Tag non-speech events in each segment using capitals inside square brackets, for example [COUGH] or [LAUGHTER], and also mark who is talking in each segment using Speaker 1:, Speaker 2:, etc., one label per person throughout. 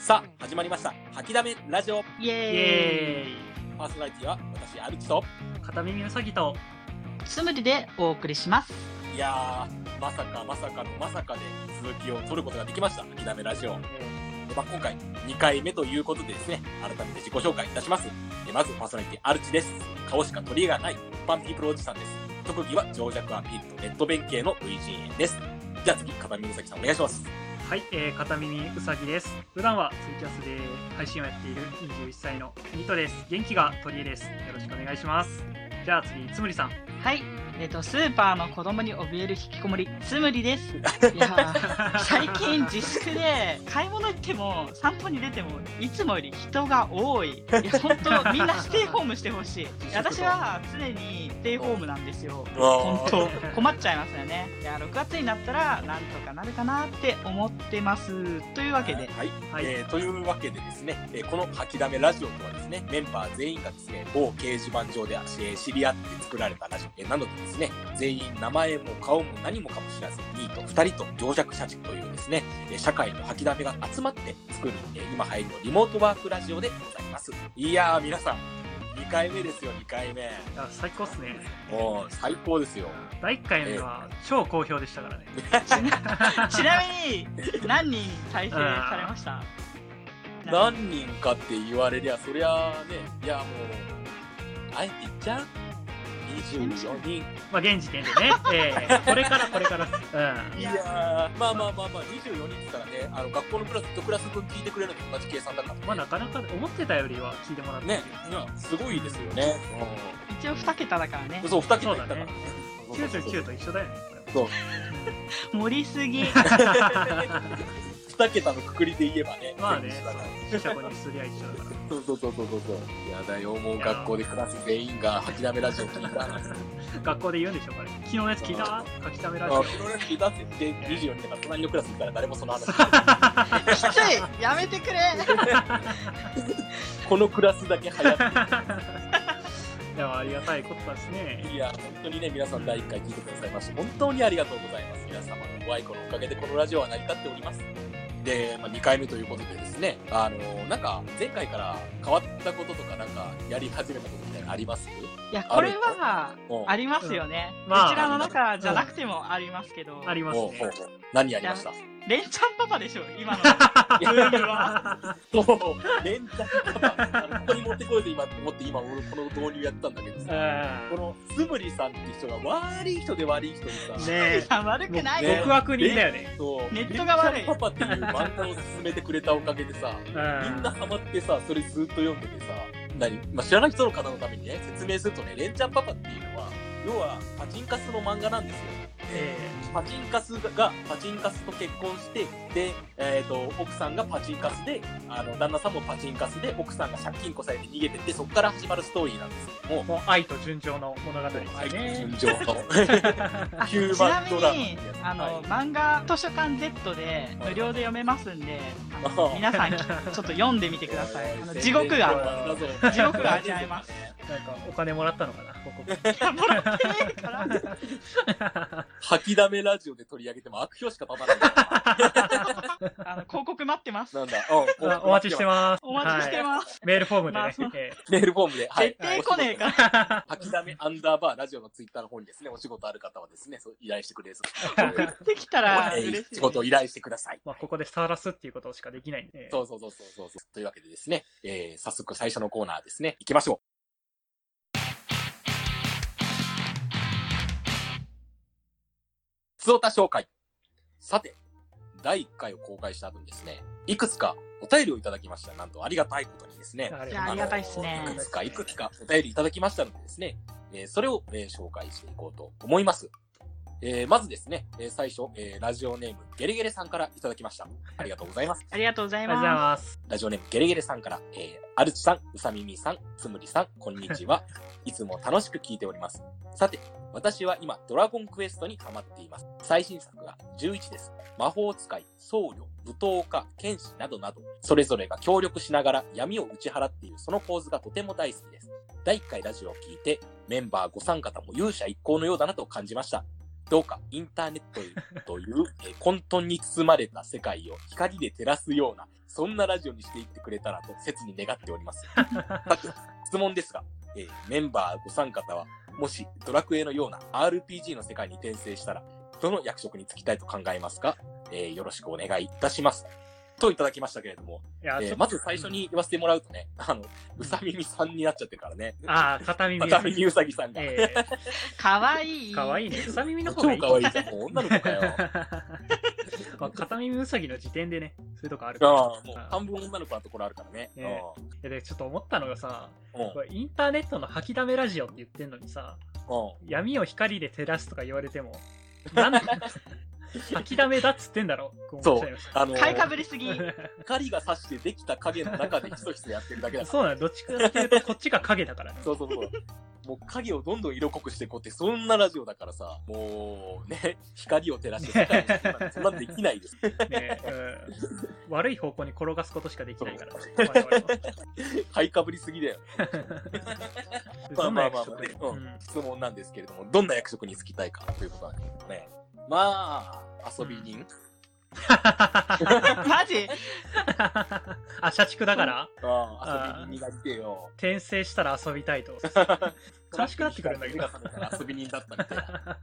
Speaker 1: さあ、始まりました。吐きだめラジオ。
Speaker 2: イ
Speaker 3: イ
Speaker 2: エーイ
Speaker 3: エ
Speaker 1: パーソナリティは私、アルキと。
Speaker 3: ーイ片耳うさぎと
Speaker 2: つむりでお送りします
Speaker 1: いやー、まさかまさかのまさかで続きを取ることができました。吐きだめラジオ。でまあ、今回、2回目ということでですね、改めて自己紹介いたします。でまず、パーソナリティ、アルチです。顔しか取り柄がない、一般ピープルおじさんです。特技は、情弱アピールとネット弁慶の類人猿です。じゃあ次、片見美咲さんお願いします。
Speaker 3: はい、えー、片耳うさぎです普段はツイキャスで配信をやっている21歳のニトです元気が取り柄ですよろしくお願いしますじゃあ次つむりさん
Speaker 2: はいえっ、とスーパーの子供に怯える引きこもりつむり [LAUGHS] ですいやー最近自粛で買い物行っても散歩に出てもいつもより人が多いいや本当みんなステイホームしてほしい私は常にステイホームなんですよ本当困っちゃいますよねいや6月になったらなんとかなるかなって思ってますというわけで
Speaker 1: はい、
Speaker 3: はい
Speaker 1: えーというわけでですね、えーこの「吐きだめラジオ」とはですねメンバー全員がですね某掲示板上で、えー知り合って作られたラジオ、えーなのでですね全員名前も顔も何もかも知らずニート2人と情弱社畜というですね、えー社会の吐きだめが集まって作る、えー今入るのリモートワークラジオでございますいやー皆さん2回目ですよ2回目
Speaker 3: あ最高っすね
Speaker 1: もう最高ですよ
Speaker 3: 第1回目は超好評でしたからね
Speaker 2: ちなみに何人再生されました
Speaker 1: 何人かって言われりゃそりゃあねいやもうあえて言っちゃう24人
Speaker 3: まあ現時点で
Speaker 1: [LAUGHS]
Speaker 3: ね、えー、これからこれからっすうん
Speaker 1: いやーまあまあまあまあ24人ですからねあの学校のクラス1クラス分聞いてくれるのと同じ計算だからね
Speaker 3: まあなかなか思ってたよりは聞いてもらって
Speaker 1: ねいやすごいですよね、
Speaker 2: 一応2桁だからね
Speaker 1: うん、そう2桁
Speaker 3: そう
Speaker 1: いっ
Speaker 3: だ
Speaker 1: た [LAUGHS] から
Speaker 3: ね99と一緒だよねこれ
Speaker 2: 盛りす
Speaker 1: [LAUGHS]
Speaker 2: ぎ
Speaker 1: 2桁のくくりで言えばね
Speaker 3: まあね
Speaker 1: 全部一緒だから
Speaker 3: 四捨五入すりゃ一緒だから
Speaker 1: そうそうそうそうそうそういやだよもう学校でクラス全員が諦めラジオ [LAUGHS] 聞いたら
Speaker 3: 学校で言うんでしょこれ昨日のやつ聞いた書きためラジ
Speaker 1: あ
Speaker 3: オ
Speaker 1: プロレス聞いたって言って24人だから隣のクラスいたから誰もその [LAUGHS] 話
Speaker 2: きついやめ
Speaker 1: [LAUGHS]
Speaker 2: てくれ
Speaker 1: このクラスだけ流行って
Speaker 3: ではありがたいことだしね。
Speaker 1: いや、本当にね、皆さん第1回聞いてくださいまして、本当にありがとうございます。皆様のご愛顧のおかげで、このラジオは成り立っております。で、まあ、2回目ということでですね、あの、なんか、前回から変わったこととか、なんか、やり始めたことみたいなのあります
Speaker 2: いやこれは
Speaker 1: うん
Speaker 2: ありますよね、
Speaker 3: うんまあ
Speaker 2: こちらの中じゃなくてもありますけど、
Speaker 3: あります
Speaker 1: おう
Speaker 3: [LAUGHS]
Speaker 1: おう
Speaker 3: ね。
Speaker 1: おう何やりました
Speaker 2: レンちゃんパパでしょ
Speaker 1: [LAUGHS]
Speaker 2: 今の
Speaker 1: いや
Speaker 2: ブームは
Speaker 1: そう、レンタルカバー。ここに持ってこいで今、思って今、俺この導入やったんだけど
Speaker 3: うん
Speaker 1: さ、このスムリさんって人が悪い人で悪い人にさ、
Speaker 3: ね
Speaker 2: [LAUGHS] さん悪くない
Speaker 3: え、
Speaker 1: ね
Speaker 2: よ、
Speaker 3: 極悪人だよね。
Speaker 1: そう
Speaker 2: ネットが悪
Speaker 1: レ
Speaker 2: い
Speaker 1: ンタルパパっていう漫画を勧めてくれたおかげでさ、
Speaker 3: みん
Speaker 1: みんなハマってさ、それずっと読んでてさ、何まあ、知らない人の方のためにね、説明するとね、レンチャンパパっていうのは、要はパチンカスの漫画なんですよ。
Speaker 3: え
Speaker 1: パチンカスがパチンカスと結婚して、で、えっ、と、奥さんがパチンカスで、あの、旦那さんもパチンカスで、奥さんが借金こされて逃げてって、そこから始まるストーリーなんですけども
Speaker 3: ー、もう愛と純情の物語です
Speaker 1: はい、
Speaker 3: ね。
Speaker 1: 純情と。
Speaker 2: あ
Speaker 1: ヒ
Speaker 2: ち
Speaker 1: ュー
Speaker 2: な
Speaker 1: マンドラマ
Speaker 2: みにあの、
Speaker 1: はい
Speaker 2: 漫画図書館 Z で無料で読めますんで、あの
Speaker 1: ああ
Speaker 2: 皆さんちょっと読んでみてくださいあの地獄
Speaker 3: が
Speaker 1: [LAUGHS]
Speaker 2: が地獄が味わえます。
Speaker 3: なんかお金もらったのかな、こ
Speaker 1: [LAUGHS]
Speaker 3: こ。
Speaker 2: いやもらってねえ
Speaker 3: [LAUGHS]
Speaker 2: から
Speaker 1: 吐きだめラジオで取り上げても悪評しか立たない。
Speaker 3: [LAUGHS]
Speaker 2: あの広告待ってます
Speaker 1: なんだ、うん
Speaker 3: あお待ちしてます。
Speaker 2: お待ちして
Speaker 3: はい
Speaker 2: ます、
Speaker 3: メールフォームで
Speaker 2: まあそう
Speaker 3: ねえ
Speaker 1: メールフォームで。はい
Speaker 2: 絶対来ねえから
Speaker 3: ー。
Speaker 1: 吐きだめアンダーバーラジオのツイッターの方にですね、お仕事ある方はですね、そう依頼してくれそう。
Speaker 2: [LAUGHS] できたら
Speaker 1: え
Speaker 2: 嬉しい
Speaker 1: ー、仕事を依頼してください。
Speaker 3: まあここでさらすっていうことしかできないんで。
Speaker 1: そうそうそうそうそうそう。というわけでですね、えー、早速最初のコーナーですね、行きましょう。つおた紹介。さて、第1回を公開した後にですね、いくつかお便りをいただきました。なんとありがたいことにですね、
Speaker 3: あれ
Speaker 2: いやありがたいっすね
Speaker 1: あのいくつかいくつかお便りいただきましたのでですね、えーそれを、えー紹介していこうと思います。えーまずですね、えー最初、えーラジオネームゲレゲレさんからいただきました。ありがとうございます。
Speaker 2: ありがとうござ
Speaker 3: あ
Speaker 2: い
Speaker 3: りがとうござい
Speaker 2: ま
Speaker 3: ます。
Speaker 1: ラジオネームゲレゲレさんから、えー、アルチさん、うさみみさん、つむりさん、こんにちは。いつも楽しく聞いております。さて、私は今、ドラゴンクエストにハマっています。最新作が11です。魔法使い、僧侶、舞踏家、剣士などなど、それぞれが協力しながら闇を打ち払っているその構図がとても大好きです。第1回ラジオを聞いて、メンバーご参加方も勇者一行のようだなと感じました。どうかインターネットという
Speaker 3: [LAUGHS]
Speaker 1: えー混沌に包まれた世界を光で照らすような、そんなラジオにしていってくれたらと切に願っております。さて、質問ですが、えーメンバーご参加方は、もしドラクエのような RPG の世界に転生したら、どの役職に就きたいと考えますか、えーよろしくお願いいたします。といただきましたけれども、
Speaker 3: い
Speaker 1: え
Speaker 3: や
Speaker 1: ー
Speaker 3: ちょっと
Speaker 1: まず最初に言わせてもらうとね、あの、うさ耳さんになっちゃってるからね。
Speaker 3: ああ片耳
Speaker 1: また耳うさぎさんが。
Speaker 3: え
Speaker 2: かわい
Speaker 3: え [LAUGHS]
Speaker 2: い。
Speaker 3: かわいいねうさ耳の方
Speaker 1: 超
Speaker 3: がいい
Speaker 1: 可愛いじゃん。もう女の子かよ。
Speaker 3: [LAUGHS] まあ、片耳うさぎの時点でねそういうとこあるから
Speaker 1: ああ、もう
Speaker 3: ああ
Speaker 1: 半分女の子なところあるからね。
Speaker 3: ねえでちょっと思ったのがさ
Speaker 1: うん。うん。
Speaker 3: これインターネットの吐きだめラジオって言ってんのにさ
Speaker 1: う
Speaker 3: 闇を光で照らすとか言われてもな
Speaker 1: [LAUGHS]
Speaker 3: んで吐きだめだっつってんだろこ思っちゃいまし
Speaker 1: ん。
Speaker 3: た
Speaker 1: あの
Speaker 2: 買いかぶりすぎ。
Speaker 1: 光が差してできた影の中でひそひそやってるだけだから。
Speaker 3: そうなのどっちかっていうとこっちが影だから
Speaker 1: [LAUGHS]
Speaker 3: ね
Speaker 1: そうそうそう。もう影をどんどん色濃くしていこうって、そんなラジオだからさ、もうね、光を照らして世界を作るなんて、そんなんできないです。
Speaker 3: ねうん悪い方向に転がすことしかできないから、
Speaker 1: そう
Speaker 3: 我々は
Speaker 1: 買いかぶりすぎだよ。[LAUGHS] まあまあま
Speaker 3: でどんな役
Speaker 1: あ、
Speaker 3: 職で
Speaker 1: う
Speaker 3: うんん
Speaker 1: 質問なんですけれども、どんな役職に就きたいかということなんですけどね。まあ、遊び人、
Speaker 2: マジ
Speaker 3: [LAUGHS] あ、社畜だから
Speaker 1: ああ遊び人になりてえよ。
Speaker 3: 転生したら遊び
Speaker 1: [LAUGHS]
Speaker 3: たいと。悲しくなってくるんだけど。
Speaker 1: 遊び人だったみたいな。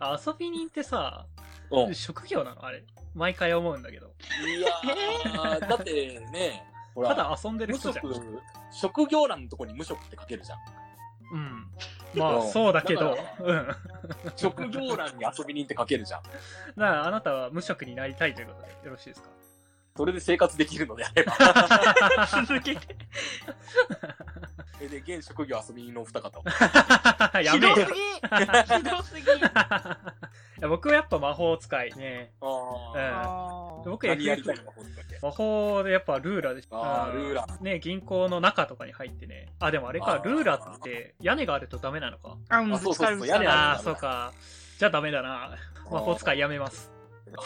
Speaker 3: あ遊び人ってさ、
Speaker 1: うん。
Speaker 3: 職業なのあれ。毎回思うんだけど。
Speaker 1: いやー、だってね、ほ
Speaker 3: た
Speaker 1: ら、
Speaker 3: だ遊んでる
Speaker 1: 無
Speaker 3: 人
Speaker 1: 職
Speaker 3: じゃん。う、
Speaker 1: 職業欄のとこに無職って書けるじゃん。
Speaker 3: ん。まあ、
Speaker 1: うん
Speaker 3: そうだけ
Speaker 1: だ
Speaker 3: ど
Speaker 1: か、
Speaker 3: うん。だか
Speaker 1: 職業欄に遊び人って書けるじゃん。
Speaker 3: らあなたは無職になりたいということでよろしいですか
Speaker 1: それで生活できるのであれば。 [LAUGHS]
Speaker 2: 続 [LAUGHS] けて。
Speaker 1: それで、現職業遊び人のお二方は。
Speaker 3: や
Speaker 2: ひ
Speaker 3: べえ
Speaker 2: ど
Speaker 3: よ
Speaker 2: すぎ。
Speaker 3: [LAUGHS]
Speaker 2: ひどすぎ。
Speaker 3: いや僕はやっぱ魔法使いね。
Speaker 1: あ
Speaker 2: あー
Speaker 3: 僕
Speaker 1: ー何やり
Speaker 3: FF
Speaker 1: たいのか、本当に。
Speaker 3: 魔法でやっぱルーラーでしょ。
Speaker 1: あー
Speaker 3: うん
Speaker 1: ルーラー
Speaker 3: ね、銀行の中とかに入ってね。あ、でもあれか
Speaker 1: あ、ー
Speaker 3: ルーラーって屋根があるとダメなのか。
Speaker 2: あ、も
Speaker 1: あ
Speaker 2: う
Speaker 1: そ
Speaker 2: ぶ
Speaker 1: う
Speaker 2: つ
Speaker 1: そう
Speaker 2: か
Speaker 1: そう
Speaker 2: るぶつ
Speaker 1: 屋
Speaker 2: か
Speaker 1: 根
Speaker 2: る。
Speaker 1: あ
Speaker 3: あ
Speaker 1: る
Speaker 3: あー、そうか。じゃあダメだな。魔法使いやめます。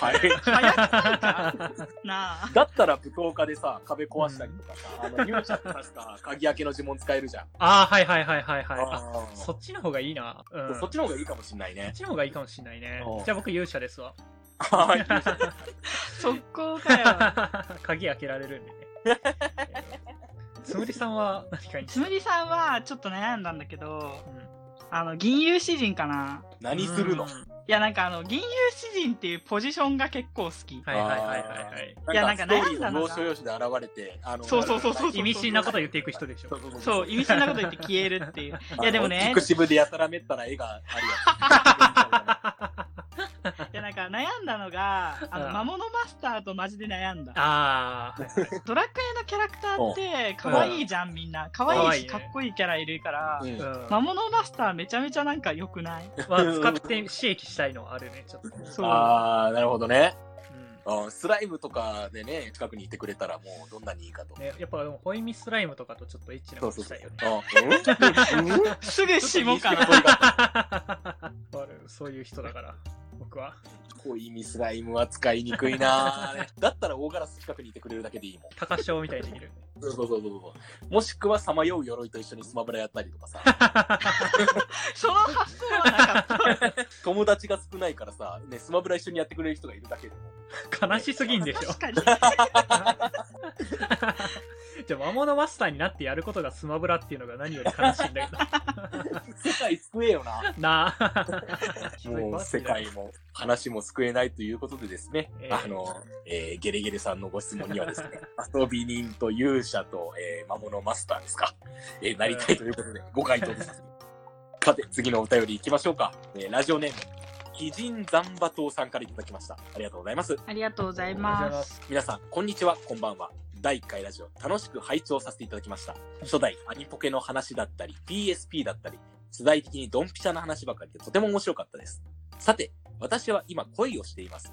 Speaker 1: はい。
Speaker 2: 早くないかな
Speaker 3: [LAUGHS]
Speaker 2: あ。
Speaker 1: だったら、舞踏家でさ、壁壊したりとかさ、あの、勇者とかさ、鍵開けの呪文使えるじゃん。
Speaker 3: ああ、はいはいはいはいはい。あ
Speaker 1: あー
Speaker 3: そっちの方がいいな。うん。
Speaker 1: そっちの方がいいかもしんない
Speaker 3: そっ
Speaker 1: ね。
Speaker 3: ちの方がいいかもしんないね
Speaker 1: うん。
Speaker 3: じゃあ僕勇
Speaker 1: [LAUGHS]
Speaker 3: 者ですわ。 [LAUGHS]
Speaker 1: はい。勇者
Speaker 2: 速攻かよ。
Speaker 3: 鍵開けられるんで
Speaker 1: [LAUGHS]
Speaker 3: ね。つむりさんは何かに
Speaker 2: つむりさんはちょっと悩んだんだけど、
Speaker 3: うん
Speaker 2: あの、銀融詩人かな。
Speaker 1: 何するの
Speaker 3: うん
Speaker 2: いや、なんかあの、銀融詩人っていうポジションが結構好き。
Speaker 3: はいはいはいはいはい。
Speaker 2: いやなんか
Speaker 1: ストーリ
Speaker 2: 悩んだ
Speaker 1: ーの
Speaker 2: の
Speaker 1: 要
Speaker 2: が
Speaker 1: 所要所で現れて、あの、
Speaker 2: そうそうそうそうそう
Speaker 3: 意味深なこと言っていく人でし
Speaker 1: そ
Speaker 3: ょ
Speaker 1: う。そうそうそ
Speaker 2: そうう、意味深なこと言って消えるっていう。いや、でもね
Speaker 1: ピ、クシブでやたらめったら絵があ
Speaker 3: あ
Speaker 2: いや、なんか悩んだのが、あ
Speaker 3: う
Speaker 2: の、
Speaker 3: ん
Speaker 2: 魔物マスターとマジで悩んだ。
Speaker 3: あー。
Speaker 2: ドラクエのキャラクターって可愛いじゃん、みんな。可愛いし、
Speaker 3: 可
Speaker 2: かっ
Speaker 3: 愛いね
Speaker 2: こいいキャラいるから
Speaker 1: る。やつ。うん [LAUGHS]
Speaker 3: うん
Speaker 2: 魔物マスターめちゃめちゃなんか良くない
Speaker 3: まあ、使って刺激したいのはあるね、ちょっと。
Speaker 2: そう
Speaker 1: あー、なるほどね。
Speaker 3: うん
Speaker 1: うんスライムとかでね、近くにいてくれたらもうどんなにいいかと。
Speaker 3: ね、やっぱでもホイミスライムとかとちょっとエッチな
Speaker 1: そ
Speaker 3: こ
Speaker 1: う
Speaker 3: と
Speaker 1: そう
Speaker 3: し
Speaker 1: そ
Speaker 3: たいうよね。。
Speaker 1: うんうん
Speaker 2: すぐ下かな。
Speaker 3: 悪いそういう人だから、僕は。
Speaker 1: [LAUGHS] こいミスライムは使いにくいなぁだったら大ガラス近くにいてくれるだけでいいもん。
Speaker 3: 高潮みたいにできる。
Speaker 1: そうそうそうそう。もしくはさまよう鎧と一緒にスマブラやったりとかさ。
Speaker 2: その発想はなかった。
Speaker 1: 友達が少ないからさ、ね、スマブラ一緒にやってくれる人がいるだけでも。
Speaker 3: [LAUGHS] 悲しすぎんでしょ [LAUGHS]
Speaker 2: 確。かに。
Speaker 3: じゃあ、魔物マスターになってやることがスマブラっていうのが何より悲しいんだけど。
Speaker 1: 世界救えよな。
Speaker 3: なあ。
Speaker 1: もう世界も話も救えないということでですね、
Speaker 3: えー
Speaker 1: あの、えーゲレゲレさんのご質問にはですね、遊び人と勇者と、えー魔物マスターですか、えーなりたいということで、ご回答です。さて、次のお便り行きましょうか。えーラジオネーム、鬼人残馬党さんからいただきました。ありがとうございます。
Speaker 2: ありがとうござい
Speaker 3: ありがとうござい
Speaker 2: ま。
Speaker 3: ます
Speaker 1: 皆さん、こんにちは、こんばんは。第1回ラジオ、楽しく拝聴させていただきました。初代アニポケの話だったり、PSP だったり、世代的にドンピシャな話ばかりでとても面白かったです。さて、私は今恋をしています。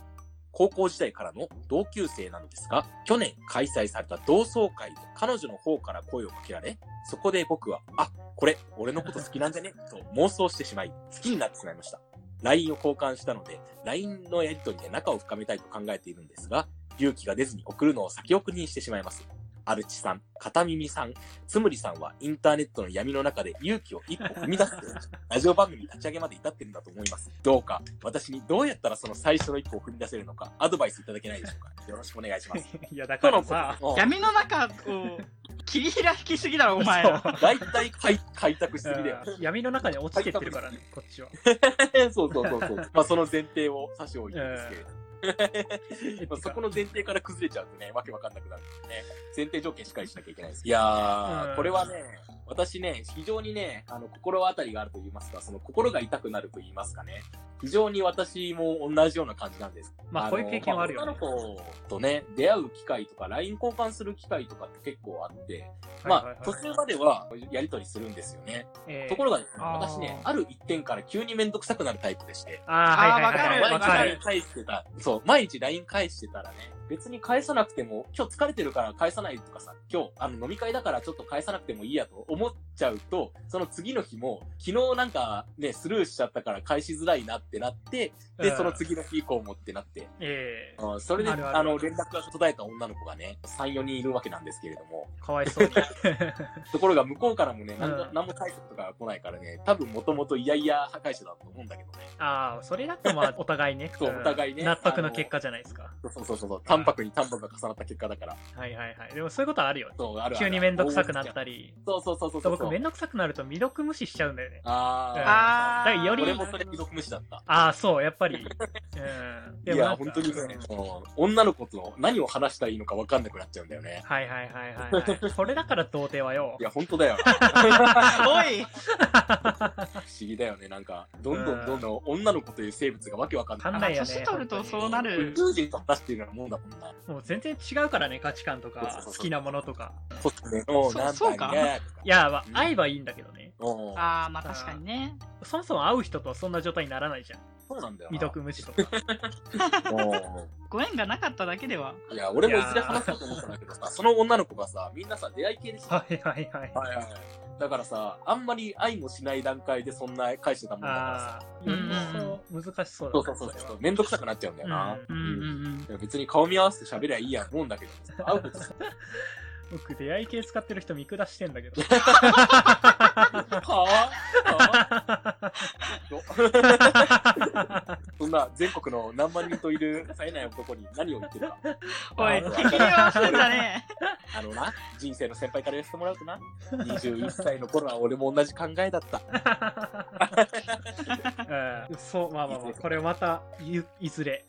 Speaker 1: 高校時代からの同級生なのですが、去年開催された同窓会で彼女の方から声をかけられ、そこで僕は、あ、これ、俺のこと好きなんじゃねと妄想してしまい、好きになってしまいました。LINE を交換したので、LINE のやりとりで仲を深めたいと考えているんですが、勇気が出ずに送るのを先送りにしてしまいます。アルチさん、片耳さん、つむりさんはインターネットの闇の中で勇気を一歩踏み出すというラジオ番組立ち上げまで至ってるんだと思います。どうか私にどうやったらその最初の一歩を踏み出せるのかアドバイスいただけないでしょうか。よろしくお願いします。
Speaker 3: い [LAUGHS] やだからさ
Speaker 1: とのこと
Speaker 2: 闇の中を切り開きすぎだろ、お前
Speaker 1: そ
Speaker 2: ら
Speaker 1: う。大体開開拓しすぎだよ。
Speaker 3: うん闇の中に落ちてってるからねこ
Speaker 1: [LAUGHS]
Speaker 3: っちは [LAUGHS]
Speaker 1: そうそうそうそう。まあその前提を差し置いてですけれど。まあそこの前提から崩れちゃうとね、わけわかんなくなるんでね、前提条件しっかりしなきゃいけないです。いやー、
Speaker 3: うん
Speaker 1: これはね、私ね、非常にね、あの心当たりがあると言いますか、その心が痛くなると言いますかね、非常に私も同じような感じなんです。
Speaker 3: まあこういう経験はあるよね
Speaker 1: のま女の子とね、出会う機会とか、LINE 交換する機会とかって結構あって、
Speaker 3: はいはい
Speaker 1: ま
Speaker 3: は
Speaker 1: あ、
Speaker 3: い
Speaker 1: 途中まではやりとりするんですよね。
Speaker 3: えー
Speaker 1: ところがですね、
Speaker 2: あー
Speaker 1: 私ね、ある一点から急にめんどくさくなるタイプでして、
Speaker 3: あーはいはいはい
Speaker 1: 毎
Speaker 2: わ
Speaker 1: 日
Speaker 2: かる
Speaker 3: はい
Speaker 1: LINE 返してた、そう、毎日 LINE 返してたらね、別に返さなくても、今日疲れてるから返さないとかさ、今日あの飲み会だからちょっと返さなくてもいいやと思っちゃうと、その次の日も、昨日なんかね、スルーしちゃったから返しづらいなってなって、で、その次の日以降もってなって、
Speaker 3: え
Speaker 1: うんそれで、
Speaker 3: あるある
Speaker 1: あの、連絡が途絶えた女の子がね、3、4人いるわけなんですけれども、
Speaker 3: ー、かわ
Speaker 1: [LAUGHS]
Speaker 3: いそうに
Speaker 1: ところが向こうからもね、なん
Speaker 3: う
Speaker 1: か
Speaker 3: ん
Speaker 1: 何も返すことが来ないからね、多分もともといやいや破壊者だと思うんだけどね。
Speaker 3: ああそれだとまあお互いね
Speaker 1: そうんお互いね
Speaker 3: 納得の結果じゃないですか
Speaker 1: そうそうそうそう、淡白に淡白が重なった結果だから。
Speaker 3: はいはいはいでもそういうことはあるよね
Speaker 1: そう、あるある
Speaker 3: 急にめんどくさくなっ。たり
Speaker 1: そうそうそうそうそう。
Speaker 3: 僕めんどくさくなると未読無視しちゃうんだよね
Speaker 1: あ
Speaker 2: あ
Speaker 3: だから
Speaker 2: ー
Speaker 3: よ
Speaker 1: ー。
Speaker 3: り
Speaker 1: 俺もそれ既読無視だった。
Speaker 3: ああそうやっぱ
Speaker 1: [LAUGHS]
Speaker 3: り、うん、
Speaker 1: い
Speaker 3: も
Speaker 1: や、
Speaker 3: なんか
Speaker 1: 本当にね、うん女の子と何を話したらいいのか分かんなくなっちゃうんだよね。
Speaker 3: はいはいはいはい、はい、それだから童貞はよ
Speaker 1: [LAUGHS] いや、本当だ
Speaker 3: [LAUGHS]
Speaker 1: よ。
Speaker 2: おい
Speaker 1: 不思議だよね。なんか、どんどんどんどん女の子という生物がわけわかん
Speaker 3: わかん
Speaker 1: な。
Speaker 3: ないいよね
Speaker 2: 年取るとそうな
Speaker 1: 宇
Speaker 2: る。
Speaker 1: 宙人と話してるようなもんだもんな。
Speaker 3: もう全然違うからね価値観と
Speaker 1: そうそう
Speaker 3: か
Speaker 1: そう
Speaker 3: 好きなものとか
Speaker 1: コスメの
Speaker 2: そう
Speaker 1: 何
Speaker 2: そう
Speaker 1: 番
Speaker 2: か
Speaker 1: が。とか
Speaker 3: い、や、まあ
Speaker 1: うん
Speaker 3: 会えばいいんだけどね
Speaker 1: うん
Speaker 2: あー、まあ確かにね。
Speaker 3: そもそも会う人とはそんな状態にならないじゃん
Speaker 1: そうなんだよな。
Speaker 3: 未読無視とか
Speaker 1: うん
Speaker 2: ご縁がなかっただけでは。
Speaker 1: いや、俺もいずれ話そうと思ったんだけどさ、その女の子がさ、みんなさ、出会い系で
Speaker 2: [LAUGHS]
Speaker 1: しょ。
Speaker 3: はいはいはい
Speaker 1: [LAUGHS] はいはい。だからさ、あんまり愛もしない段階でそんな返してたもんだからさ。
Speaker 3: ああより一層難しそう
Speaker 1: そう
Speaker 3: だ
Speaker 1: そう
Speaker 3: ね
Speaker 1: そう
Speaker 3: れは
Speaker 1: そう。めんどくさくなっちゃうんだよな。
Speaker 3: う
Speaker 2: うんんうんうん。
Speaker 1: いや別に顔見合わせて喋りゃいいやん思うんだけど、
Speaker 2: [LAUGHS]
Speaker 1: 会うことさ、
Speaker 3: 僕出会い系使ってる人見下してんだけど
Speaker 1: はぁはぁと [LAUGHS] そんな全国の何万人といる冴えない男に何を言ってるか。
Speaker 2: お
Speaker 1: あ、
Speaker 2: い
Speaker 1: ー
Speaker 2: 敵に回すんだね。
Speaker 1: あのな、人生の先輩から言わせてもらうとな、21歳の頃は俺も同じ考えだ
Speaker 2: [LAUGHS]
Speaker 1: った。
Speaker 3: うんそうまあまあまあこれまたゆいずれ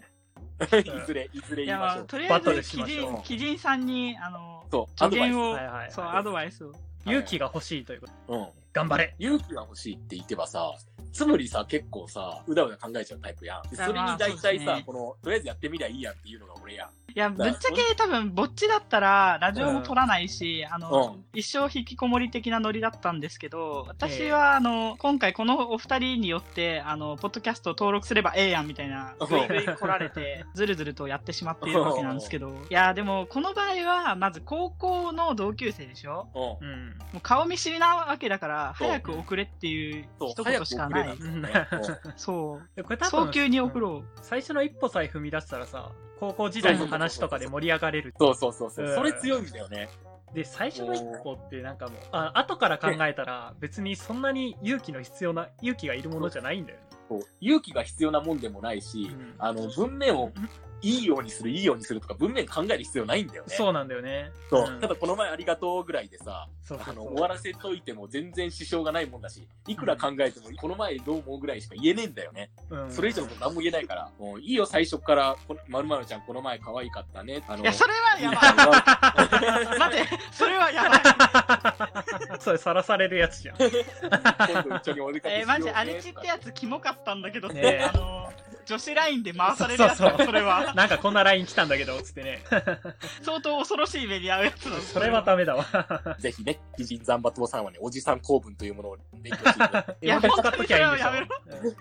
Speaker 1: [LAUGHS] いずれ、いずれ言い
Speaker 2: いや、
Speaker 1: ま
Speaker 2: ま
Speaker 1: しょ
Speaker 2: あ、
Speaker 1: う。
Speaker 2: とりあ
Speaker 3: バト
Speaker 2: え
Speaker 3: ル
Speaker 2: ず、
Speaker 3: しま
Speaker 2: 基
Speaker 3: しょう
Speaker 2: 人、基人さんに、あの、
Speaker 1: そう、ア
Speaker 2: 助
Speaker 1: ドバイス
Speaker 2: 言。を
Speaker 3: はい、はい
Speaker 2: そう、
Speaker 3: はい
Speaker 2: アドバイスを。
Speaker 3: 勇気が欲しいということ
Speaker 1: うん。
Speaker 3: 頑張れ
Speaker 1: 勇気が欲しいって言ってばさ、つむりさ、結構さ、うだうだ考えちゃうタイプやん。でそれに大体さ、
Speaker 2: まあそうですね
Speaker 1: この、とりあえずやってみりゃいいやんっていうのが俺やん。
Speaker 2: いや、ぶっちゃけ多分、ぼっちだったら、ラジオも撮らないし、あの、
Speaker 1: うん。
Speaker 2: 一生引きこもり的なノリだったんですけど、私は、あの、今回このお二人によって、あの、ポッドキャスト登録すればええやんみたいな、
Speaker 1: うん
Speaker 2: ぐいぐい来られて、ずるずるとやってしまっているわけなんですけど、いや、でも、この場合は、まず高校の同級生でしょ
Speaker 1: うん
Speaker 3: う。ん
Speaker 2: もう顔見知りなわけだから、
Speaker 1: そう
Speaker 2: 早く送れっていう
Speaker 1: そう
Speaker 2: 一言しかな
Speaker 1: 早
Speaker 2: い
Speaker 1: く。遅れなんだよね
Speaker 2: そう。
Speaker 3: でこれ多分
Speaker 2: 早急に送ろ
Speaker 3: 最初の一歩さえ踏み出したらさ高校時代の話とかで盛り上がれる
Speaker 1: そうそうそうそう
Speaker 3: うん
Speaker 1: それ強いんだよね。
Speaker 3: で最初の一歩ってなんかもうあ後から考えたら別にそんなに勇気の必要な勇気がいるものじゃないんだよね
Speaker 1: こう勇気が必要なもんでもないし、
Speaker 3: うん
Speaker 1: あの文面をいいようにするいいようにするとか文面考える必要ないんだよね。
Speaker 3: そうなんだよね
Speaker 1: そう。
Speaker 3: ん
Speaker 1: ただこの前ありがとうぐらいでさ、
Speaker 3: そう
Speaker 1: あ
Speaker 3: そう
Speaker 1: の
Speaker 3: そう
Speaker 1: 終わらせといても全然支障がないもんだし、いくら考えてもこの前どう思うぐらいしか言えねえんだよね。
Speaker 3: うん
Speaker 1: それ以上のこと何も言えないから、もういいよ、最初から、こまるまるちゃん、この前可愛かったね。あ
Speaker 2: う。
Speaker 1: の
Speaker 2: いや、それはやばい。待って、それはやばい。
Speaker 3: [LAUGHS] それさらされるやつじゃん
Speaker 1: 今度一緒にお出かけしようね
Speaker 2: え
Speaker 1: [LAUGHS]
Speaker 2: ー、マジ、アルチってやつ、キモかったんだけど、
Speaker 3: ねえ
Speaker 2: あの、女子ラインで回されるやつだ
Speaker 3: そうそう
Speaker 2: それは。
Speaker 3: なんかこんな LINE 来たんだけどつってね [LAUGHS]
Speaker 2: 相当恐ろしい目に遭うやつだ
Speaker 3: それはダメ
Speaker 1: [LAUGHS]
Speaker 3: だわ
Speaker 1: ぜひね、美人ザンバトさんはね、おじさん構文というものを勉強していただいて
Speaker 3: 絵文字使っときゃいいんでしょ
Speaker 2: いや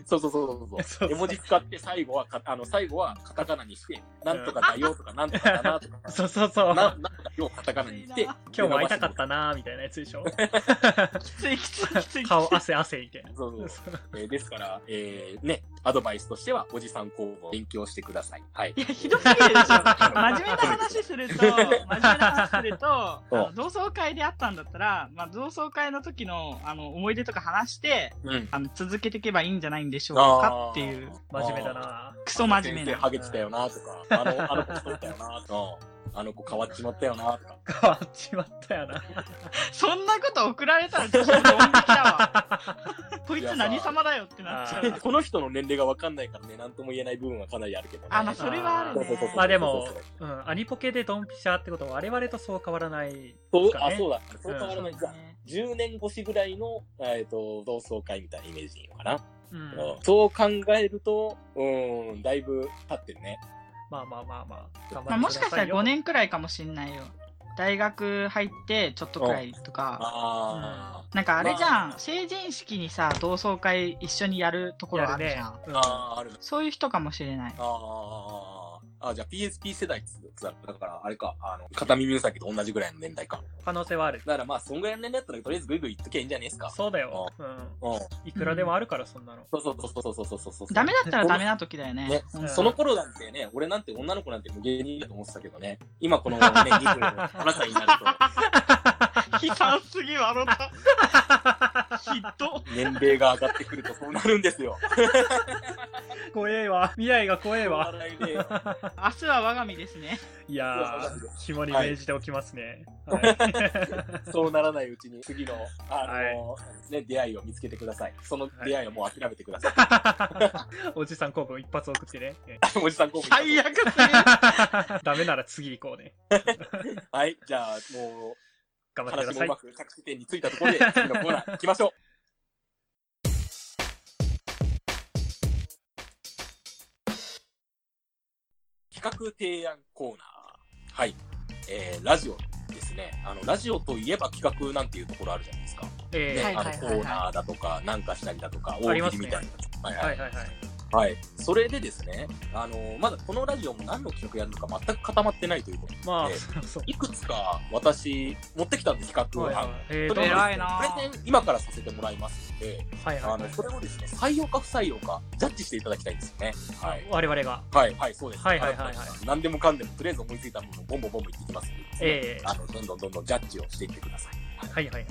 Speaker 1: [LAUGHS] そうそうそうそう
Speaker 3: そ
Speaker 1: そうう。
Speaker 3: そ
Speaker 1: 絵
Speaker 3: う
Speaker 1: 文字使って最後はか、あの、最後はカタカナにして、なんとかだよとか、なんとかだなと [LAUGHS] か、
Speaker 3: そうそうそ
Speaker 1: な
Speaker 3: う
Speaker 1: なんとかよをカタカナに [LAUGHS] して、
Speaker 2: 今
Speaker 3: 今日も会いたかったなーみたいなやつ
Speaker 1: [LAUGHS]
Speaker 3: でしょ
Speaker 2: きつい、きつい、きつい。
Speaker 3: 顔汗汗みたいな
Speaker 1: そうそう。えーですから、えーね、アドバイスとしては、おじさん公文を勉強してください。はい
Speaker 2: い。や、ひどすぎるでしょ。真面目な話すると、真面目な話すると、あの同窓会であったんだったら、まあ、同窓会の時のあの思い出とか話して
Speaker 1: うん。
Speaker 2: あの、続けていけばいいんじゃないんでしょうかっていう、
Speaker 3: 真面目だな
Speaker 2: クソ真
Speaker 1: 先
Speaker 2: 面目
Speaker 1: 生
Speaker 2: な。
Speaker 1: ハゲてたよなとか、あの、あの子太ったよなとか、あの子変わっちまったよなとか。
Speaker 3: 変わっちまったよな
Speaker 2: そんなこと送られたら、ちょっとドン引きだわ。こいつ何様だよってなっちゃ
Speaker 3: いや
Speaker 2: う
Speaker 3: さ。
Speaker 1: この人の年齢がわかんないからね、なんとも言えない部分はかなりあるけどね。
Speaker 2: あ、まあ、それはあるね
Speaker 1: そうそうそう。
Speaker 3: [LAUGHS] まあでも、うん、アニポケでドンピシャってことは我々とそう変わらない
Speaker 1: そう
Speaker 3: かね
Speaker 1: あ、そうだ。そう変わらない。じゃあ
Speaker 2: ね
Speaker 1: 10年越しぐらいの、えっ、と、同窓会みたいなイメージでいいのかな。
Speaker 3: うん
Speaker 1: うんそう考えると、うん、だいぶ経ってるね。
Speaker 3: まあまあまあまあ頑張ってくださいよ
Speaker 2: まあ、もしかしたら5年くらいかもしんないよ。大学入ってちょっとくらいとか。
Speaker 1: あ
Speaker 2: なんかあれじゃん、
Speaker 1: まあ
Speaker 2: 成人式にさ同窓会一緒にやるところあるじゃん、
Speaker 1: ー、あー、あるね。
Speaker 2: そういう人かもしれない
Speaker 1: あーあ、じゃあ PSP 世代っつつだだから、あれか、あの、片耳うさぎと同じぐらいの年代か。
Speaker 3: 可能性はある
Speaker 1: だからまあ、そんぐらいの年代だったら、とりあえずグイグイ言っときゃいいんじゃないですか。
Speaker 3: そうだよ、うん、
Speaker 1: うん。
Speaker 3: いくらでもあるからそんなの、
Speaker 1: そうそうそうそうそうそうそう。
Speaker 2: ダメだったらダメな時だよね [LAUGHS]
Speaker 1: ね
Speaker 2: うん
Speaker 1: その頃なんてね、俺なんて女の子なんて無限にいいだと思ってたけどね、今この
Speaker 2: [LAUGHS]
Speaker 1: ね、27歳になる
Speaker 2: 悲惨すぎ笑ったひど
Speaker 1: と、年齢が上がってくるとそうなるんですよ。
Speaker 3: 怖えわ未来が怖えわ
Speaker 1: 笑いで
Speaker 2: 明日は我が身ですね
Speaker 3: いやー肝に銘じておきますね、はい
Speaker 1: そうならないうちに次の、あの、ね、出会いを見つけてください。その出会いはもう諦めてくだ
Speaker 2: [LAUGHS]
Speaker 1: さい。 [LAUGHS]
Speaker 3: おじさん公文一発送ってね。 [LAUGHS] ね
Speaker 1: おじさん公文
Speaker 2: 最悪すぎる
Speaker 3: ダメなら次行こうね。
Speaker 1: はい、じゃあもう、
Speaker 3: 頑張って
Speaker 1: 話
Speaker 3: くだ
Speaker 1: も
Speaker 3: さ
Speaker 1: うま。く
Speaker 3: い
Speaker 1: 着地点についたところで、次のコーナー行きましょう。企画提案コーナー。はい。えー、ラジオですね。あの、ラジオといえば企画なんていうところあるじゃないですか。
Speaker 3: え
Speaker 1: ね、
Speaker 3: ー
Speaker 2: はい
Speaker 1: あの
Speaker 2: はい
Speaker 1: コ
Speaker 2: はいはい
Speaker 1: ーナーだとか、なんかしたりだとか、
Speaker 3: あ
Speaker 1: 大
Speaker 3: りま
Speaker 1: 喜
Speaker 3: す
Speaker 1: 利
Speaker 3: ね
Speaker 1: みたいな。はい
Speaker 3: はいはいはい。
Speaker 1: はい、それでですね、あのまだこのラジオも何の企画やるのか全く固まってないということで、
Speaker 3: まあ、
Speaker 1: えー
Speaker 3: そうそう。
Speaker 1: いくつか私、持ってきたんで、企画
Speaker 3: はい
Speaker 1: 案、
Speaker 3: はいえー
Speaker 1: そ
Speaker 3: と
Speaker 1: れをです
Speaker 2: 偉
Speaker 1: ね
Speaker 2: いな
Speaker 1: プレゼン、今からさせてもらいますので、
Speaker 3: はい
Speaker 1: あ
Speaker 3: はいは
Speaker 1: の
Speaker 3: い
Speaker 1: それをですね、採用か不採用か、ジャッジしていただきたいんですよね。はい、
Speaker 3: 我々が。
Speaker 1: はい、はい、そうです、
Speaker 3: はいはいはいはい
Speaker 1: あの何でもかんでも、とりあえず思いついたものをボンボンボンボン言ってきますのでですね、
Speaker 3: ええ
Speaker 1: あのどんどんどんどんジャッジをしていってください。
Speaker 3: はいはい。